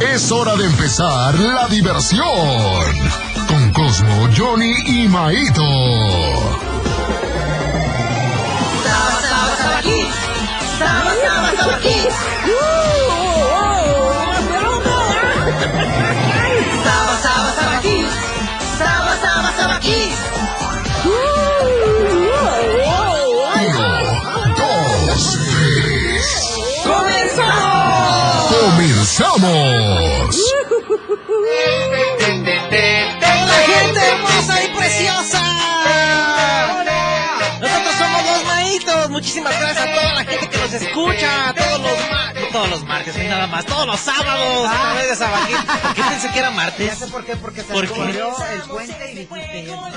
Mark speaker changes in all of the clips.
Speaker 1: Es hora de empezar la diversión con Cosmo, Johnny y Maito.
Speaker 2: Saba, saba, saba kids. Saba, saba, saba kids. Saba, saba, saba kids. Saba, saba, saba kids.
Speaker 1: Uno, dos, tres.
Speaker 2: ¡Comenzamos!
Speaker 1: ¡Comenzamos!
Speaker 2: ¡La gente hermosa y preciosa! Nosotros somos los maitos. Muchísimas gracias a toda la gente que nos escucha. Todos los martes. Todos los martes, hoy nada más. Todos los sábados. A través de Sabaquín. ¿Por qué pensé que era
Speaker 3: Ya
Speaker 2: martes?
Speaker 3: sé por qué, porque se
Speaker 2: Ah. ¿Por
Speaker 3: le
Speaker 2: qué?
Speaker 3: corrió el puente y dijiste, "Es malo".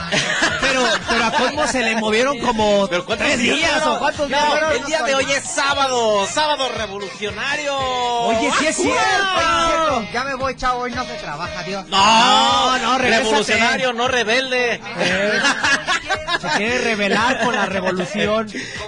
Speaker 4: Pero, pero a Cosmo se le movieron como tres días o cuántos días.
Speaker 2: No,
Speaker 4: fueron?
Speaker 2: el día de hoy es sábado, sábado revolucionario.
Speaker 4: Oye, sí es cierto.
Speaker 2: ¡Guau!
Speaker 3: Oye, ya me voy, chavo, hoy no se trabaja, adiós.
Speaker 2: No,
Speaker 4: No, no, regrésate.
Speaker 2: revolucionario, no rebelde.
Speaker 4: Se quiere revelar con la revolución.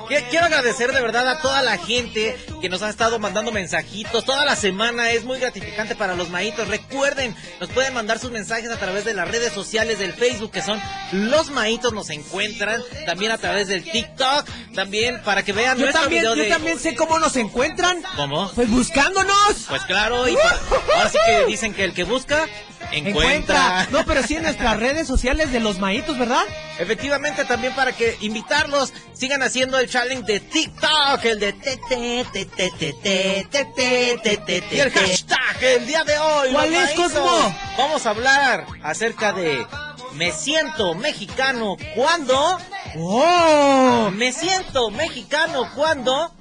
Speaker 2: Que- Quiero agradecer de verdad a toda la gente que nos ha estado mandando mensajitos toda la semana. Es muy gratificante para los maitos. Recuerden, nos pueden mandar sus mensajes a través de las redes sociales del Facebook, que son los maitos nos encuentran. También a través del TikTok. También para que vean
Speaker 4: Yo
Speaker 2: nuestro
Speaker 4: también,
Speaker 2: video
Speaker 4: yo
Speaker 2: de-
Speaker 4: también sé cómo nos encuentran.
Speaker 2: ¿Cómo?
Speaker 4: Pues buscándonos.
Speaker 2: Pues claro, y por- ahora sí que dicen que el que busca, encuentra.
Speaker 4: No, pero sí en nuestras redes sociales de los maitos, ¿verdad?
Speaker 2: Efectivamente, también para que invitarlos sigan haciendo el challenge de TikTok, el de te, te, te, te, te, te, te, te, te, te, te,
Speaker 4: Y el
Speaker 2: te.
Speaker 4: hashtag
Speaker 2: el día de hoy.
Speaker 4: ¿Cuál
Speaker 2: los
Speaker 4: es,
Speaker 2: maestros.
Speaker 4: Cosmo?
Speaker 2: Vamos a hablar acerca de me siento mexicano cuando
Speaker 4: ¡Oh!
Speaker 2: me siento mexicano cuando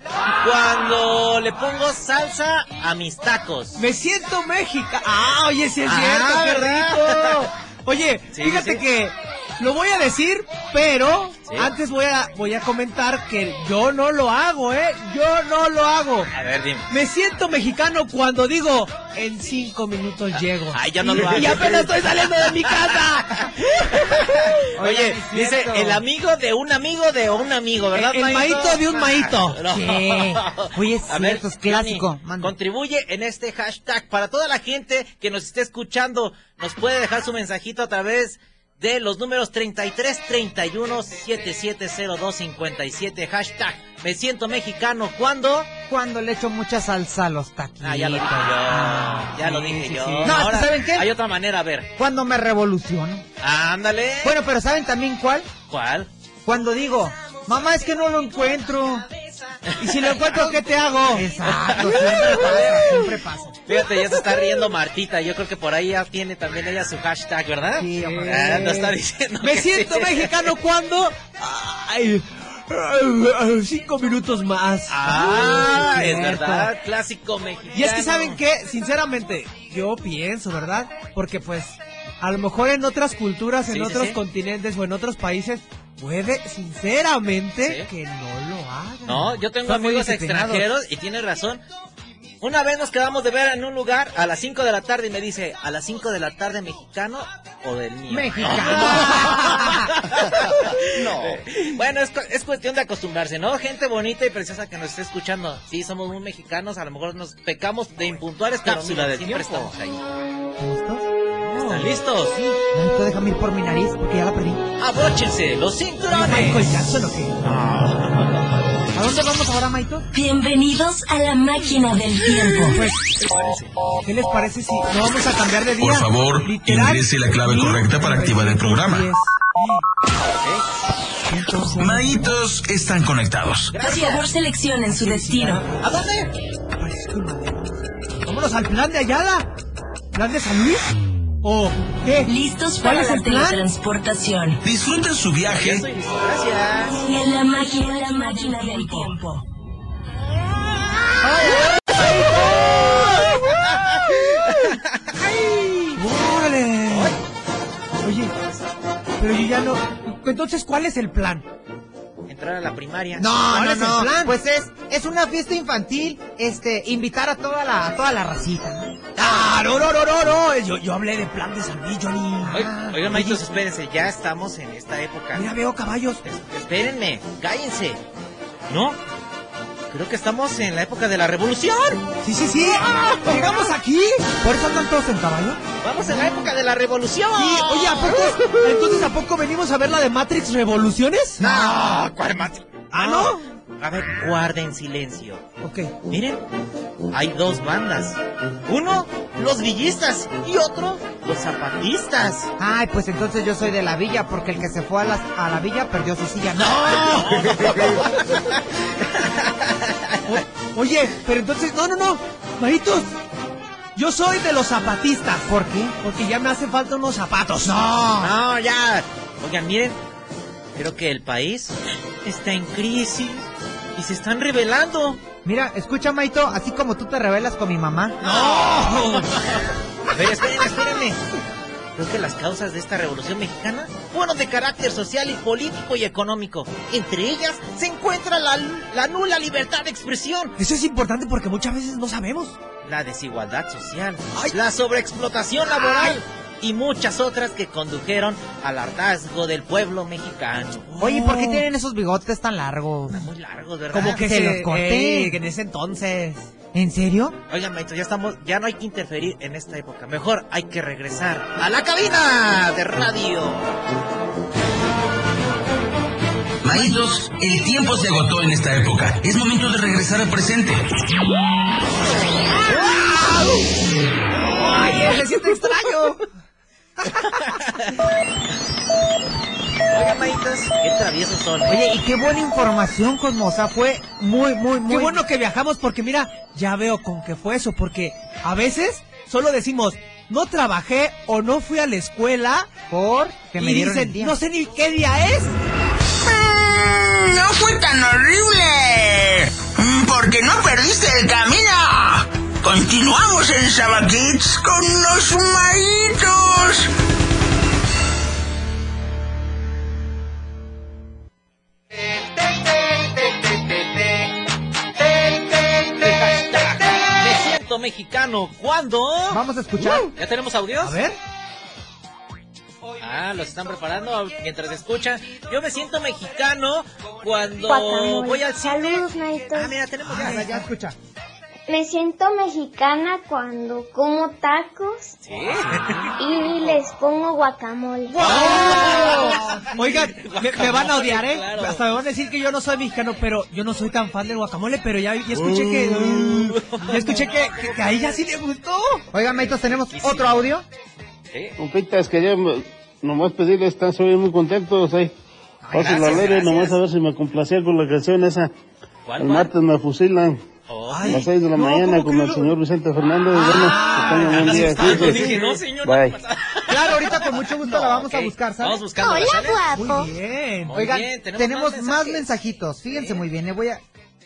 Speaker 2: cuando le pongo salsa a mis tacos.
Speaker 4: Me siento México. Ah, oye, sí es
Speaker 2: Ah,
Speaker 4: cierto, qué
Speaker 2: ¿verdad?
Speaker 4: rico. Oye,
Speaker 2: Sí,
Speaker 4: fíjate
Speaker 2: sí.
Speaker 4: que lo voy a decir, pero
Speaker 2: Sí.
Speaker 4: antes voy a voy a comentar que yo no lo hago, ¿eh? Yo no lo hago.
Speaker 2: A ver, dime.
Speaker 4: Me siento mexicano cuando digo en cinco minutos llego.
Speaker 2: ay, yo no
Speaker 4: Y-
Speaker 2: lo hago.
Speaker 4: Y apenas estoy saliendo de mi casa.
Speaker 2: Oye,
Speaker 3: Oigan, es
Speaker 2: dice
Speaker 3: cierto.
Speaker 2: el amigo de un amigo de un amigo, ¿verdad? Ah,
Speaker 4: El- el maíto de un maíto.
Speaker 3: Sí. Oye, es cierto, es clásico.
Speaker 2: Johnny,
Speaker 3: Manda.
Speaker 2: Contribuye en este hashtag para toda la gente que nos esté escuchando. Nos puede dejar su mensajito a través de los números 33 31 7702 57 hashtag. Me siento mexicano cuando
Speaker 3: Cuando le echo mucha salsa a los taquitos.
Speaker 2: Ah, ya lo dije yo. Ya lo
Speaker 3: Sí,
Speaker 2: dije
Speaker 3: sí,
Speaker 2: yo.
Speaker 3: sí. No,
Speaker 2: Ahora,
Speaker 3: ¿saben qué?
Speaker 2: Hay otra manera, a ver.
Speaker 3: Cuando me revoluciono.
Speaker 2: Ándale.
Speaker 3: Bueno, pero ¿saben también cuál?
Speaker 2: ¿cuál?
Speaker 3: Cuando digo, mamá, es que no lo encuentro.
Speaker 4: Y si lo encuentro, ¿qué te hago?
Speaker 3: Exacto, siempre pasa, siempre pasa.
Speaker 2: Fíjate, ya se está riendo Martita. Yo creo que por ahí ya tiene también ella su hashtag, ¿verdad?
Speaker 3: Sí, hombre.
Speaker 2: Ah, no está diciendo.
Speaker 4: Me
Speaker 2: que
Speaker 4: siento
Speaker 2: sí.
Speaker 4: mexicano cuando ay, cinco minutos más.
Speaker 2: Ah,
Speaker 4: Ay,
Speaker 2: es
Speaker 4: cierto.
Speaker 2: verdad. Clásico mexicano.
Speaker 4: Y es que saben que, sinceramente, yo pienso, ¿verdad? Porque pues, a lo mejor en otras culturas, en
Speaker 2: Sí, sí,
Speaker 4: otros
Speaker 2: sí.
Speaker 4: continentes o en otros países, puede sinceramente
Speaker 2: Sí.
Speaker 4: que no lo hagan.
Speaker 2: No, yo tengo
Speaker 4: Son muy
Speaker 2: amigos
Speaker 4: disciplinados.
Speaker 2: extranjeros y tiene razón. Una vez nos quedamos de ver en un lugar a las 5 de la tarde y me dice, ¿a las 5 de la tarde mexicano o del mío? No. Bueno, es, cu- es cuestión de acostumbrarse, ¿no? Gente bonita y preciosa que nos esté escuchando. Sí, somos muy mexicanos, a lo mejor nos pecamos de impuntuales, pero
Speaker 4: Cápsula
Speaker 2: mira,
Speaker 4: del
Speaker 2: siempre
Speaker 4: tiempo.
Speaker 2: estamos ahí.
Speaker 3: ¿Listos?
Speaker 2: ¿Están listos?
Speaker 3: Ay, tú déjame ir por mi nariz porque ya la perdí.
Speaker 2: Abróchense los
Speaker 3: Michael
Speaker 4: pues
Speaker 2: cinturones.
Speaker 3: Jackson o qué? ¿A dónde vamos ahora, Maito?
Speaker 5: Bienvenidos a la máquina del tiempo.
Speaker 4: Pues, ¿qué les parece si no vamos a cambiar de día?
Speaker 6: Por favor, ingrese la clave correcta para activar el programa.
Speaker 4: Diez.
Speaker 6: Maitos están conectados.
Speaker 5: Por favor, seleccionen su destino.
Speaker 2: ¿A dónde?
Speaker 4: Parece una madera. Vámonos al plan de Ayala. ¿Plan de San Luis? ¿O qué?
Speaker 5: ¿Listos
Speaker 4: ¿Cuál
Speaker 5: para
Speaker 4: es
Speaker 5: la
Speaker 4: el plan?
Speaker 5: teletransportación?
Speaker 6: Disfruten su
Speaker 2: Yo
Speaker 6: viaje
Speaker 2: soy listo, Gracias.
Speaker 5: En la máquina, la máquina del tiempo.
Speaker 4: ¡Órale! Oye, pero yo ya no. Entonces, ¿cuál es el plan?
Speaker 2: Entrar a la primaria.
Speaker 3: No,
Speaker 4: ¿Cuál
Speaker 3: no,
Speaker 4: es el
Speaker 3: no.
Speaker 4: plan?
Speaker 3: Pues es, es una fiesta infantil, este, invitar a toda la, a toda la racita. ¿no?
Speaker 4: ¡Ah, no, no, no, no! no. Yo, yo hablé de plan de San Luis, Johnny.
Speaker 2: Oy- Oigan, maitos, espérense, ya estamos en esta época.
Speaker 4: Mira, veo caballos.
Speaker 2: Es- Espérenme, cállense. ¿No? Creo que estamos en la época de la revolución.
Speaker 4: Sí, sí, sí. Llegamos aquí. ¿Por eso andan todos en caballo?
Speaker 2: Vamos en la época de la revolución.
Speaker 4: Sí, oye, ¿a poco? Entonces, ¿a poco venimos a ver la de Matrix Revoluciones?
Speaker 2: No, ¿cuál Matrix?
Speaker 4: Ah,
Speaker 2: A ver, guarden silencio.
Speaker 4: Ok.
Speaker 2: Miren, hay dos bandas. Uno, los villistas. Y otro, los zapatistas.
Speaker 3: Ay, pues entonces yo soy de la villa, porque el que se fue a, las- a la villa perdió su silla. ¡No!
Speaker 4: O- oye, pero entonces, no, no, no, Maritos, yo soy de los zapatistas.
Speaker 3: ¿Por qué?
Speaker 4: Porque ya me hacen falta unos zapatos.
Speaker 3: ¡No!
Speaker 2: No, ya. Oigan, miren, creo que el país está en crisis y se están rebelando.
Speaker 3: Mira, escucha, Maito, así como tú te rebelas con mi mamá.
Speaker 2: A ver, espérenme, espérenme. Creo que las causas de esta revolución mexicana fueron de carácter social y político y económico. Entre ellas se encuentra la, la nula libertad de expresión,
Speaker 4: Eso es importante porque muchas veces no sabemos.
Speaker 2: la desigualdad social, la sobreexplotación laboral y muchas otras que condujeron al hartazgo del pueblo mexicano.
Speaker 3: Oye, ¿por qué tienen esos bigotes tan largos?
Speaker 2: Muy largos, ¿verdad?
Speaker 4: Como que
Speaker 3: se
Speaker 4: se,
Speaker 3: los corté.
Speaker 4: Ey, que en ese entonces.
Speaker 3: ¿En serio?
Speaker 2: Oigan, maestro, ya estamos, ya no hay que interferir en esta época. Mejor hay que regresar a la cabina de radio.
Speaker 6: Maestros, el tiempo se agotó en esta época. Es momento de regresar al presente.
Speaker 4: ¡Ay, me siento extraño!
Speaker 2: Oigan, maestros, qué traviesos son.
Speaker 3: Oye, y qué buena información, Cosmo. O sea, fue muy, muy, muy...
Speaker 4: Qué bueno que viajamos porque mira, ya veo con qué fue eso. Porque a veces solo decimos, no trabajé o no fui a la escuela.
Speaker 3: Por que me
Speaker 4: y
Speaker 3: dieron
Speaker 4: dicen,
Speaker 3: el día.
Speaker 4: no sé ni qué día es.
Speaker 7: Mm, ¡No fue tan horrible! Mm, Porque no perdiste el camino. Continuamos en Sabakids con los maitos.
Speaker 2: Me siento mexicano. ¿Cuándo? Uh,
Speaker 3: Vamos a escuchar.
Speaker 2: ¿Ya tenemos audios?
Speaker 4: A ver.
Speaker 2: Ah, los están preparando mientras escuchan. Yo me siento mexicano cuando
Speaker 8: Guacamole.
Speaker 2: voy al cine.
Speaker 8: Saludos, Maito.
Speaker 2: Ah, mira, tenemos ya.
Speaker 4: Ya, ya escucha.
Speaker 8: Me siento mexicana cuando como tacos
Speaker 2: Sí.
Speaker 8: y les pongo guacamole.
Speaker 2: Ah.
Speaker 4: Oh. Oigan, me, me van a odiar, ¿eh?
Speaker 2: Claro.
Speaker 4: Hasta me van a decir que yo no soy mexicano, pero yo no soy tan fan del guacamole, pero ya, ya escuché que... Ya escuché que, que- que a ella sí le gustó.
Speaker 3: Uh. Oigan, Maitos, ¿tenemos otro audio?
Speaker 9: Compitas, quería m- nomás pedirles, están soy muy contentos ahí. Pásenlo al
Speaker 2: gracias,
Speaker 9: aire, nomás
Speaker 2: gracias.
Speaker 9: a ver si me complacía con la canción esa.
Speaker 2: ¿Cuál,
Speaker 9: el
Speaker 2: cuál?
Speaker 9: martes me fusilan a
Speaker 2: Ay,
Speaker 9: las 6 de la
Speaker 4: no,
Speaker 9: mañana
Speaker 4: ¿cómo
Speaker 9: con el
Speaker 4: creo?
Speaker 9: señor Vicente Fernández. bueno, que tengan
Speaker 2: Ah, ya
Speaker 9: un
Speaker 2: se
Speaker 9: día.
Speaker 2: está, yo
Speaker 9: juntos.
Speaker 2: dije, no, señor, no
Speaker 9: Bye.
Speaker 2: pasa.
Speaker 3: Claro, ahorita con mucho gusto la vamos
Speaker 2: Ok,
Speaker 3: a buscar, ¿sabes?
Speaker 2: Vamos buscando.
Speaker 8: Hola,
Speaker 2: ¿sale?
Speaker 8: guapo.
Speaker 4: Muy bien.
Speaker 2: Muy
Speaker 3: Oigan,
Speaker 2: bien,
Speaker 3: tenemos,
Speaker 2: tenemos
Speaker 3: más,
Speaker 2: más mensajes.
Speaker 3: mensajitos. Fíjense muy bien, le voy a...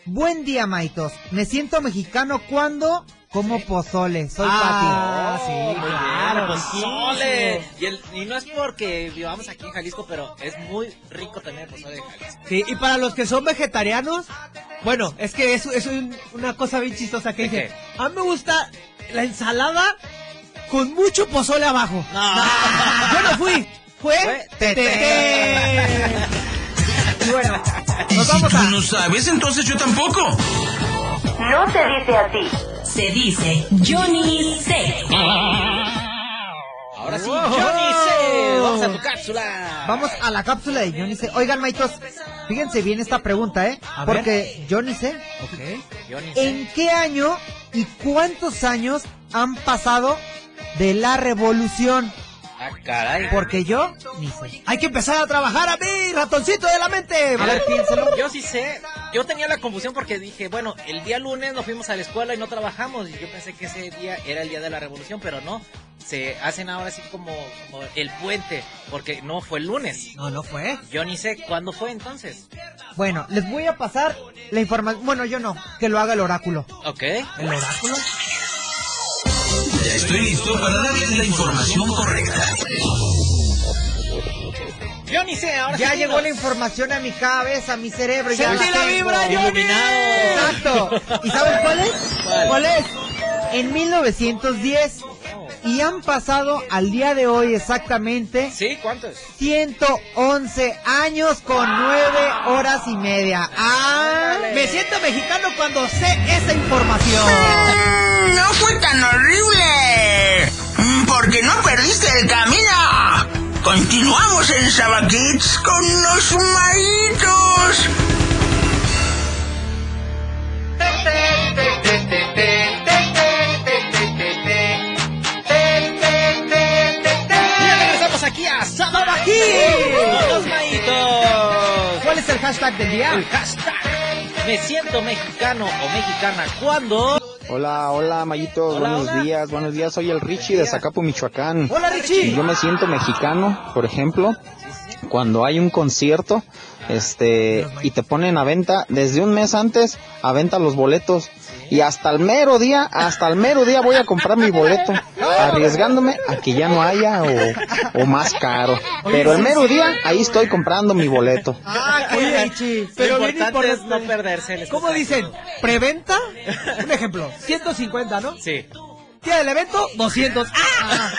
Speaker 3: Buen día, Maitos. Me siento mexicano cuando como pozole. Soy
Speaker 4: Ah,
Speaker 3: Pati.
Speaker 4: sí,
Speaker 2: Muy bien, pues,
Speaker 4: claro.
Speaker 2: pozole.
Speaker 4: riquísimo.
Speaker 2: Y, el- y no es porque vivamos aquí en Jalisco, pero es muy rico tener pozole de Jalisco.
Speaker 4: Sí, y para los que son vegetarianos, bueno, es que es, es un- una cosa bien chistosa que
Speaker 2: ¿De
Speaker 4: dije.
Speaker 2: qué?
Speaker 4: A mí me gusta la ensalada con mucho pozole abajo. Yo no fui, fue...
Speaker 2: Fue
Speaker 4: Tete.
Speaker 3: Y bueno,
Speaker 6: Y
Speaker 3: nos
Speaker 6: si
Speaker 3: vamos
Speaker 6: tú
Speaker 3: a...
Speaker 6: no sabes, entonces yo tampoco.
Speaker 5: No se dice a ti. Se dice Johnny C.
Speaker 2: Ahora sí,
Speaker 4: Wow.
Speaker 2: Johnny C. Vamos a tu cápsula.
Speaker 3: Vamos a la cápsula de Johnny C. Oigan, Maitos, fíjense bien esta pregunta, ¿eh?
Speaker 4: A ver.
Speaker 3: Porque Johnny C,
Speaker 4: Ok.
Speaker 2: Johnny C.
Speaker 3: ¿en qué año y cuántos años han pasado de la revolución?
Speaker 2: Ah, caray.
Speaker 3: Porque yo ni sé.
Speaker 4: Hay que empezar a trabajar a mí, ratoncito de la mente.
Speaker 3: A ver, piénsalo.
Speaker 2: Yo sí sé, yo tenía la confusión porque dije, bueno, el día lunes nos fuimos a la escuela y no trabajamos. Y yo pensé que ese día era el día de la revolución, pero no. Se hacen ahora así como, como el puente, porque no fue el lunes.
Speaker 4: No, no fue.
Speaker 2: Yo ni sé cuándo fue entonces.
Speaker 3: Bueno, les voy a pasar la información. Bueno, yo no, que lo haga el oráculo.
Speaker 2: Ok.
Speaker 4: ¿El oráculo?
Speaker 6: Ya estoy listo para darles la información correcta.
Speaker 2: Yo ni sé, ahora
Speaker 3: Ya
Speaker 2: sí
Speaker 3: llegó la
Speaker 2: dinos.
Speaker 3: información a mi cabeza, a mi cerebro. Ya
Speaker 4: ¡Sentí
Speaker 2: Este,
Speaker 4: la
Speaker 3: tengo.
Speaker 4: vibra, Johnny!
Speaker 3: Exacto. ¿Y sabes cuál es?
Speaker 2: ¿Cuál?
Speaker 3: es? En 1910. Y han pasado al día de hoy exactamente
Speaker 2: Sí, ¿cuántos?
Speaker 3: 111 años con 9 horas y media. ¡Ah!
Speaker 4: Me siento mexicano cuando sé esa información.
Speaker 7: Mm, ¡No fue tan horrible! Continuamos en Sabaquits con los maitos.
Speaker 2: Ya regresamos aquí a Sábado aquí con los maitos.
Speaker 4: ¿Cuál es el hashtag del
Speaker 2: El
Speaker 4: día?
Speaker 2: hashtag Me siento mexicano o mexicana cuando.
Speaker 10: Hola, hola, Mayitos,
Speaker 2: Hola,
Speaker 10: buenos
Speaker 2: hola.
Speaker 10: días, buenos días, soy el Richie de Zacapu, Michoacán.
Speaker 4: Hola
Speaker 10: Y
Speaker 4: Richie.
Speaker 10: Yo me siento mexicano, por ejemplo, cuando hay un concierto este y te ponen a venta desde un mes antes a venta los boletos y hasta el mero día hasta el mero día voy a comprar mi boleto arriesgándome a que ya no haya o, o más caro pero el mero día ahí estoy comprando mi boleto
Speaker 4: Ah, qué
Speaker 11: Oye,
Speaker 4: Richie.
Speaker 11: Pero
Speaker 2: Pero lo
Speaker 11: bien
Speaker 2: importante es no
Speaker 11: importante.
Speaker 2: perderse. en este
Speaker 11: ¿Cómo
Speaker 2: traje.
Speaker 11: dicen? ¿Preventa? Un ejemplo, 150, ¿no?
Speaker 2: Sí.
Speaker 11: Día del evento, 200. ¡Ah!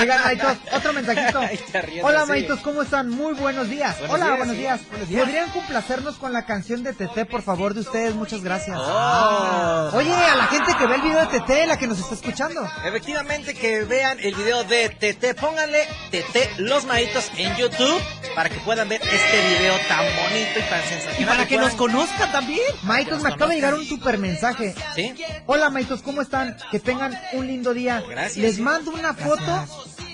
Speaker 4: Oigan, Maitos, otro mensajito.
Speaker 2: Ay, está riendo,
Speaker 4: Hola,
Speaker 2: sí.
Speaker 4: Maitos, ¿cómo están? Muy buenos días.
Speaker 2: Buenos
Speaker 4: Hola,
Speaker 2: días,
Speaker 4: buenos,
Speaker 2: sí.
Speaker 4: días.
Speaker 11: Buenos días.
Speaker 4: ¿Podrían complacernos con la canción de Teté, por favor, de ustedes? Muchas gracias.
Speaker 2: Oh.
Speaker 4: Oye, a la gente que ve el video de Teté, la que nos está escuchando.
Speaker 2: Efectivamente que vean el video de TT, pónganle TT Los Maitos en YouTube para que puedan ver este video tan bonito y tan sensacional.
Speaker 11: Y para que nos
Speaker 2: puedan-
Speaker 11: conozca también.
Speaker 4: Maitos, me acaba de llegar un super mensaje.
Speaker 2: Sí.
Speaker 4: Hola, Maitos, ¿cómo están? Que tengan un lindo día.
Speaker 2: Gracias.
Speaker 4: Les mando una foto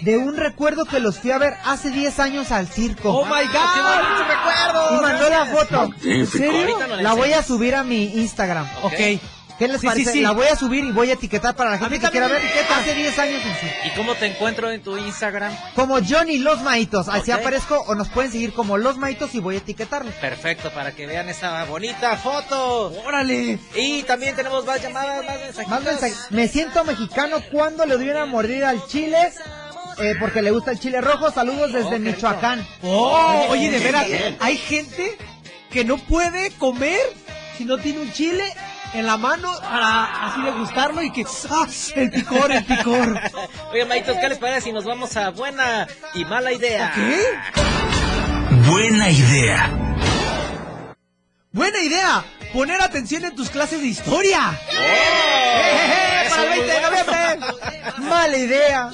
Speaker 4: de un recuerdo que los fui a ver hace 10 años al circo.
Speaker 11: Oh my god.
Speaker 2: ¡Qué recuerdo!
Speaker 4: y mandó la foto. ¿En
Speaker 7: Magnífico.
Speaker 4: serio?
Speaker 2: Ahorita no la
Speaker 4: La voy a
Speaker 2: enseño.
Speaker 4: subir a mi Instagram.
Speaker 2: Ok.
Speaker 11: Ok.
Speaker 4: ¿Qué les
Speaker 11: Sí,
Speaker 4: parece?
Speaker 11: sí, sí.
Speaker 4: La voy a subir y voy a etiquetar para la
Speaker 11: mí
Speaker 4: gente que
Speaker 11: también
Speaker 4: quiera
Speaker 11: me
Speaker 4: ver
Speaker 11: etiqueta.
Speaker 4: hace 10 años en sí.
Speaker 2: ¿Y cómo te encuentro en tu Instagram?
Speaker 4: Como Johnny Los Maitos, así
Speaker 2: Ok.
Speaker 4: aparezco o nos pueden seguir como Los Maitos y voy a etiquetarlos.
Speaker 2: Perfecto, para que vean esa bonita foto.
Speaker 11: Órale.
Speaker 2: Y también tenemos más llamadas, más mensajitos.
Speaker 4: Más mensaje. Me siento mexicano cuando le doy una mordida al chile eh, porque le gusta el chile rojo. Saludos desde
Speaker 2: qué rico.
Speaker 4: Michoacán.
Speaker 11: Oh, oye, de
Speaker 2: Qué
Speaker 11: veras,
Speaker 2: bien.
Speaker 11: hay gente que no puede comer si no tiene un chile en la mano para así degustarlo y que ¡ah! el picor, el picor.
Speaker 2: Oye, Maitos, ¿qué les parece si nos vamos a buena y mala idea?
Speaker 11: ¿Qué?
Speaker 12: Buena idea.
Speaker 11: Buena idea, poner atención en tus clases de historia.
Speaker 2: ¡Oh!
Speaker 4: ¡Eh, eh, para el 20 de noviembre! ¡Mala idea!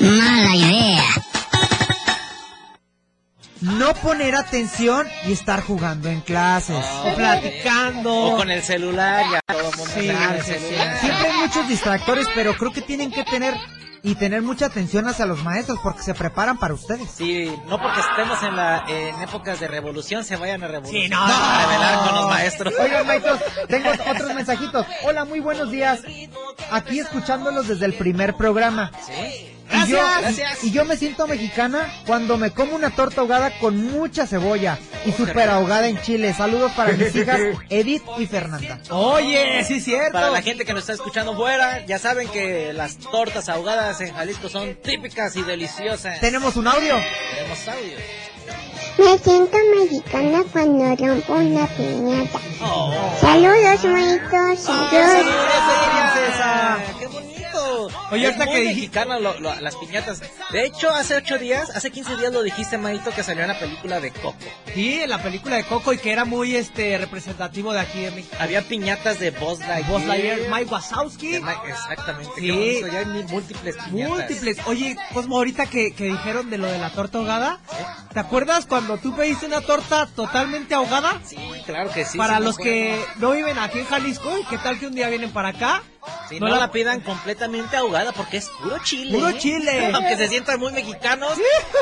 Speaker 13: Mala idea.
Speaker 4: No poner atención y estar jugando en clases.
Speaker 11: O platicando.
Speaker 2: Ah. O con el celular ya todo mundo
Speaker 11: Sí,
Speaker 2: anda con el
Speaker 11: sí, sí.
Speaker 2: celular.
Speaker 4: Siempre hay muchos distractores, pero creo que tienen que tener y tener mucha atención hacia los maestros porque se preparan para ustedes.
Speaker 2: Sí, no porque estemos en, la, en épocas de revolución se vayan a revolucionar.
Speaker 11: Sí, no.
Speaker 2: A revelar con los maestros.
Speaker 4: Oigan, maestros, tengo otros mensajitos. Hola, muy buenos días. Aquí escuchándolos desde el primer programa.
Speaker 2: Sí.
Speaker 4: Y yo,
Speaker 2: Gracias.
Speaker 4: y yo me siento mexicana cuando me como una torta ahogada con mucha cebolla y
Speaker 2: qué
Speaker 4: súper
Speaker 2: rico.
Speaker 4: ahogada en chile. Saludos para mis hijas Edith y Fernanda.
Speaker 11: Oye, sí es cierto.
Speaker 2: Para la gente que nos está escuchando fuera, ya saben que las tortas ahogadas en Jalisco son típicas y deliciosas.
Speaker 4: Tenemos un audio.
Speaker 2: Tenemos audio.
Speaker 5: Me siento mexicana cuando rompo una piñata.
Speaker 2: Oh.
Speaker 5: Saludos, maitos. Saludos.
Speaker 4: princesa.
Speaker 2: Ay, ¡Qué bonito!
Speaker 11: Oye,
Speaker 2: Es
Speaker 11: ahorita
Speaker 2: muy
Speaker 11: que dij-
Speaker 2: mexicano lo- lo- las piñatas. De hecho, hace ocho días, hace 15 días lo dijiste, Maito, que salió una película de Coco.
Speaker 11: Sí, en la película de Coco y que era muy este representativo de aquí de México.
Speaker 2: Había piñatas de Buzz Lightyear.
Speaker 11: Buzz Lightyear, Mike
Speaker 2: De
Speaker 11: Wazowski.
Speaker 2: Mike- Exactamente.
Speaker 11: Sí.
Speaker 2: Qué bonito, ya hay mil- múltiples piñatas.
Speaker 11: Múltiples. Oye, Cosmo, ahorita que, que dijeron de lo de la torta ahogada, ¿te acuerdas cuando tú pediste una torta totalmente ahogada?
Speaker 2: Sí, claro que sí.
Speaker 11: para
Speaker 2: sí,
Speaker 11: los
Speaker 2: me
Speaker 11: que
Speaker 2: acuerdo.
Speaker 11: no viven aquí en Jalisco y qué tal que un día vienen para acá.
Speaker 2: Sí, no, la pidan completamente ahogada porque es puro chile.
Speaker 11: Puro
Speaker 2: ¿eh?
Speaker 11: chile.
Speaker 2: Aunque se sientan muy mexicanos,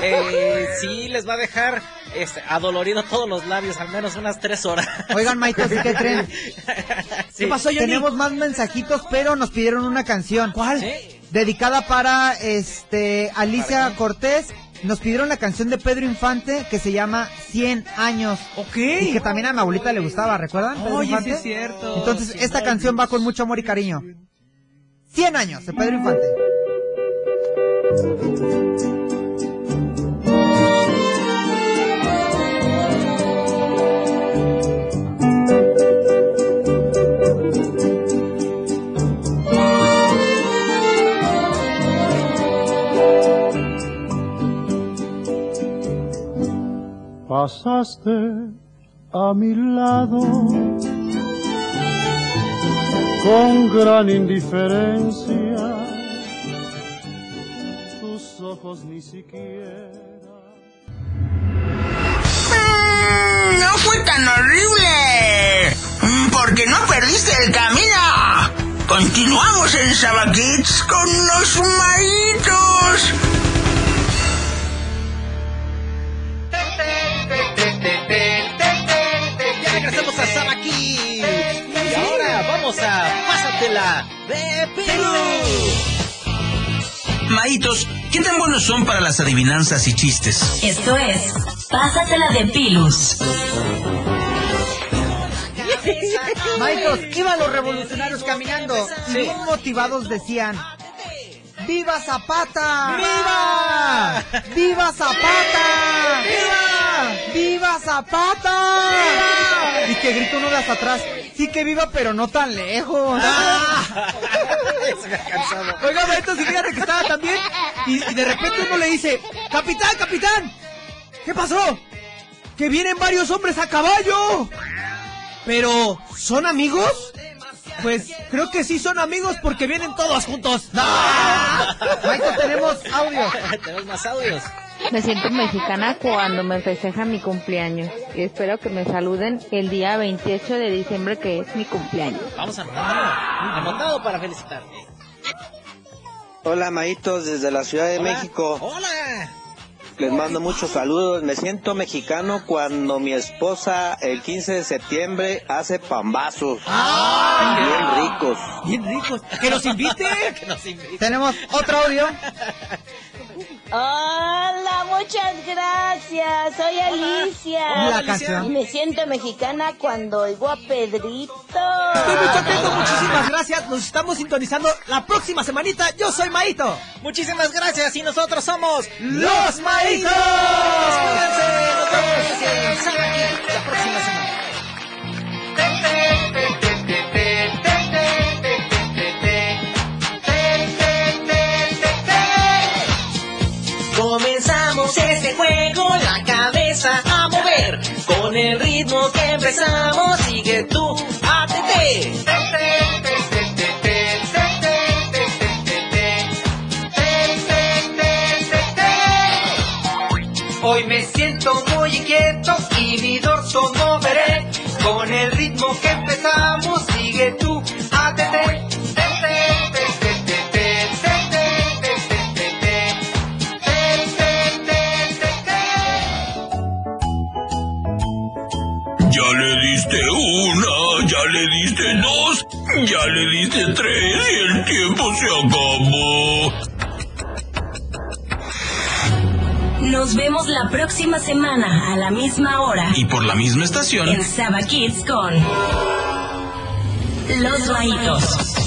Speaker 2: eh, sí les va a dejar este, adolorido todos los labios, al menos unas tres horas.
Speaker 4: Oigan, Maitos, ¿y ¿qué creen?
Speaker 2: Sí.
Speaker 11: ¿Qué pasó, Johnny?
Speaker 4: Tenemos más mensajitos, pero nos pidieron una canción.
Speaker 11: ¿Cuál?
Speaker 2: Sí.
Speaker 4: Dedicada para este Alicia Cortés. Nos pidieron la canción de Pedro Infante que se llama 100 años.
Speaker 11: Ok.
Speaker 4: Y que también a mi abuelita le gustaba, ¿recuerdan? Pedro
Speaker 11: Oye,
Speaker 4: Infante?
Speaker 11: sí es cierto.
Speaker 4: Entonces,
Speaker 11: Sí,
Speaker 4: esta
Speaker 11: no,
Speaker 4: canción va con mucho amor y cariño. 100 años de Pedro Infante.
Speaker 9: pasaste a mi lado con gran indiferencia. Tus tus ojos ni siquiera.
Speaker 7: Mm, No fue tan horrible. Mm, Porque no perdiste el camino. Continuamos en Sabaquits con los maitos.
Speaker 2: Ya regresamos a Sabaki. Y ahora vamos a Pásatela de Perú.
Speaker 14: Maitos, ¿qué tan buenos son para las adivinanzas y chistes?
Speaker 15: Esto es Pásatela de Pilus.
Speaker 4: Maicos, iban los revolucionarios caminando y bien motivados decían: ¡Viva Zapata! ¡Viva! ¡Viva Zapata! ¡Viva! ¡Viva Zapata! Y que grita uno de hasta atrás: Sí que viva, pero no tan lejos.
Speaker 16: Oiga, Beto, si fíjate que estaba también. Y, y de repente uno le dice: ¡Capitán, capitán! ¿Qué pasó? ¡Que vienen varios hombres a caballo! Pero, ¿son amigos? Pues creo que sí son amigos porque vienen todos juntos. ¡No!
Speaker 4: Maicos, tenemos audio.
Speaker 2: Tenemos más audios.
Speaker 5: Me siento mexicana cuando me festejan mi cumpleaños y espero que me saluden el día 28 de diciembre que es mi cumpleaños.
Speaker 2: Vamos a mandarlo. Anotado para felicitarte.
Speaker 10: Hola, Maitos, desde la Ciudad de México.
Speaker 2: Hola.
Speaker 10: Les mando muchos saludos. Me siento mexicano cuando mi esposa el 15 de septiembre hace pambazos. Bien ricos.
Speaker 16: Bien ricos. Que nos invite. que
Speaker 2: nos invite.
Speaker 4: Tenemos otro audio.
Speaker 17: Hola, muchas gracias. Soy Alicia.
Speaker 4: Hola, Alicia. Canción.
Speaker 17: Y me siento mexicana cuando oigo a Pedrito.
Speaker 16: Muchísimas gracias. Nos estamos sintonizando la próxima semanita. Yo soy Maito.
Speaker 2: Muchísimas gracias y nosotros somos
Speaker 16: Los Maitos.
Speaker 2: Cuídense, nos vemos en Sabaki la próxima semana.
Speaker 15: Comenzamos este juego, la cabeza a mover. Con el ritmo que empezamos, sigue tú, ATT.
Speaker 11: Hoy me siento muy inquieto y mi dorso moveré. Con el ritmo que empezamos, sigue tú, ATT.
Speaker 7: Ya le diste una, ya le diste dos, ya le diste tres y el tiempo se acabó.
Speaker 15: Nos vemos la próxima semana a la misma hora
Speaker 14: Y por la misma estación.
Speaker 15: en Saba Kids con Los Maitos.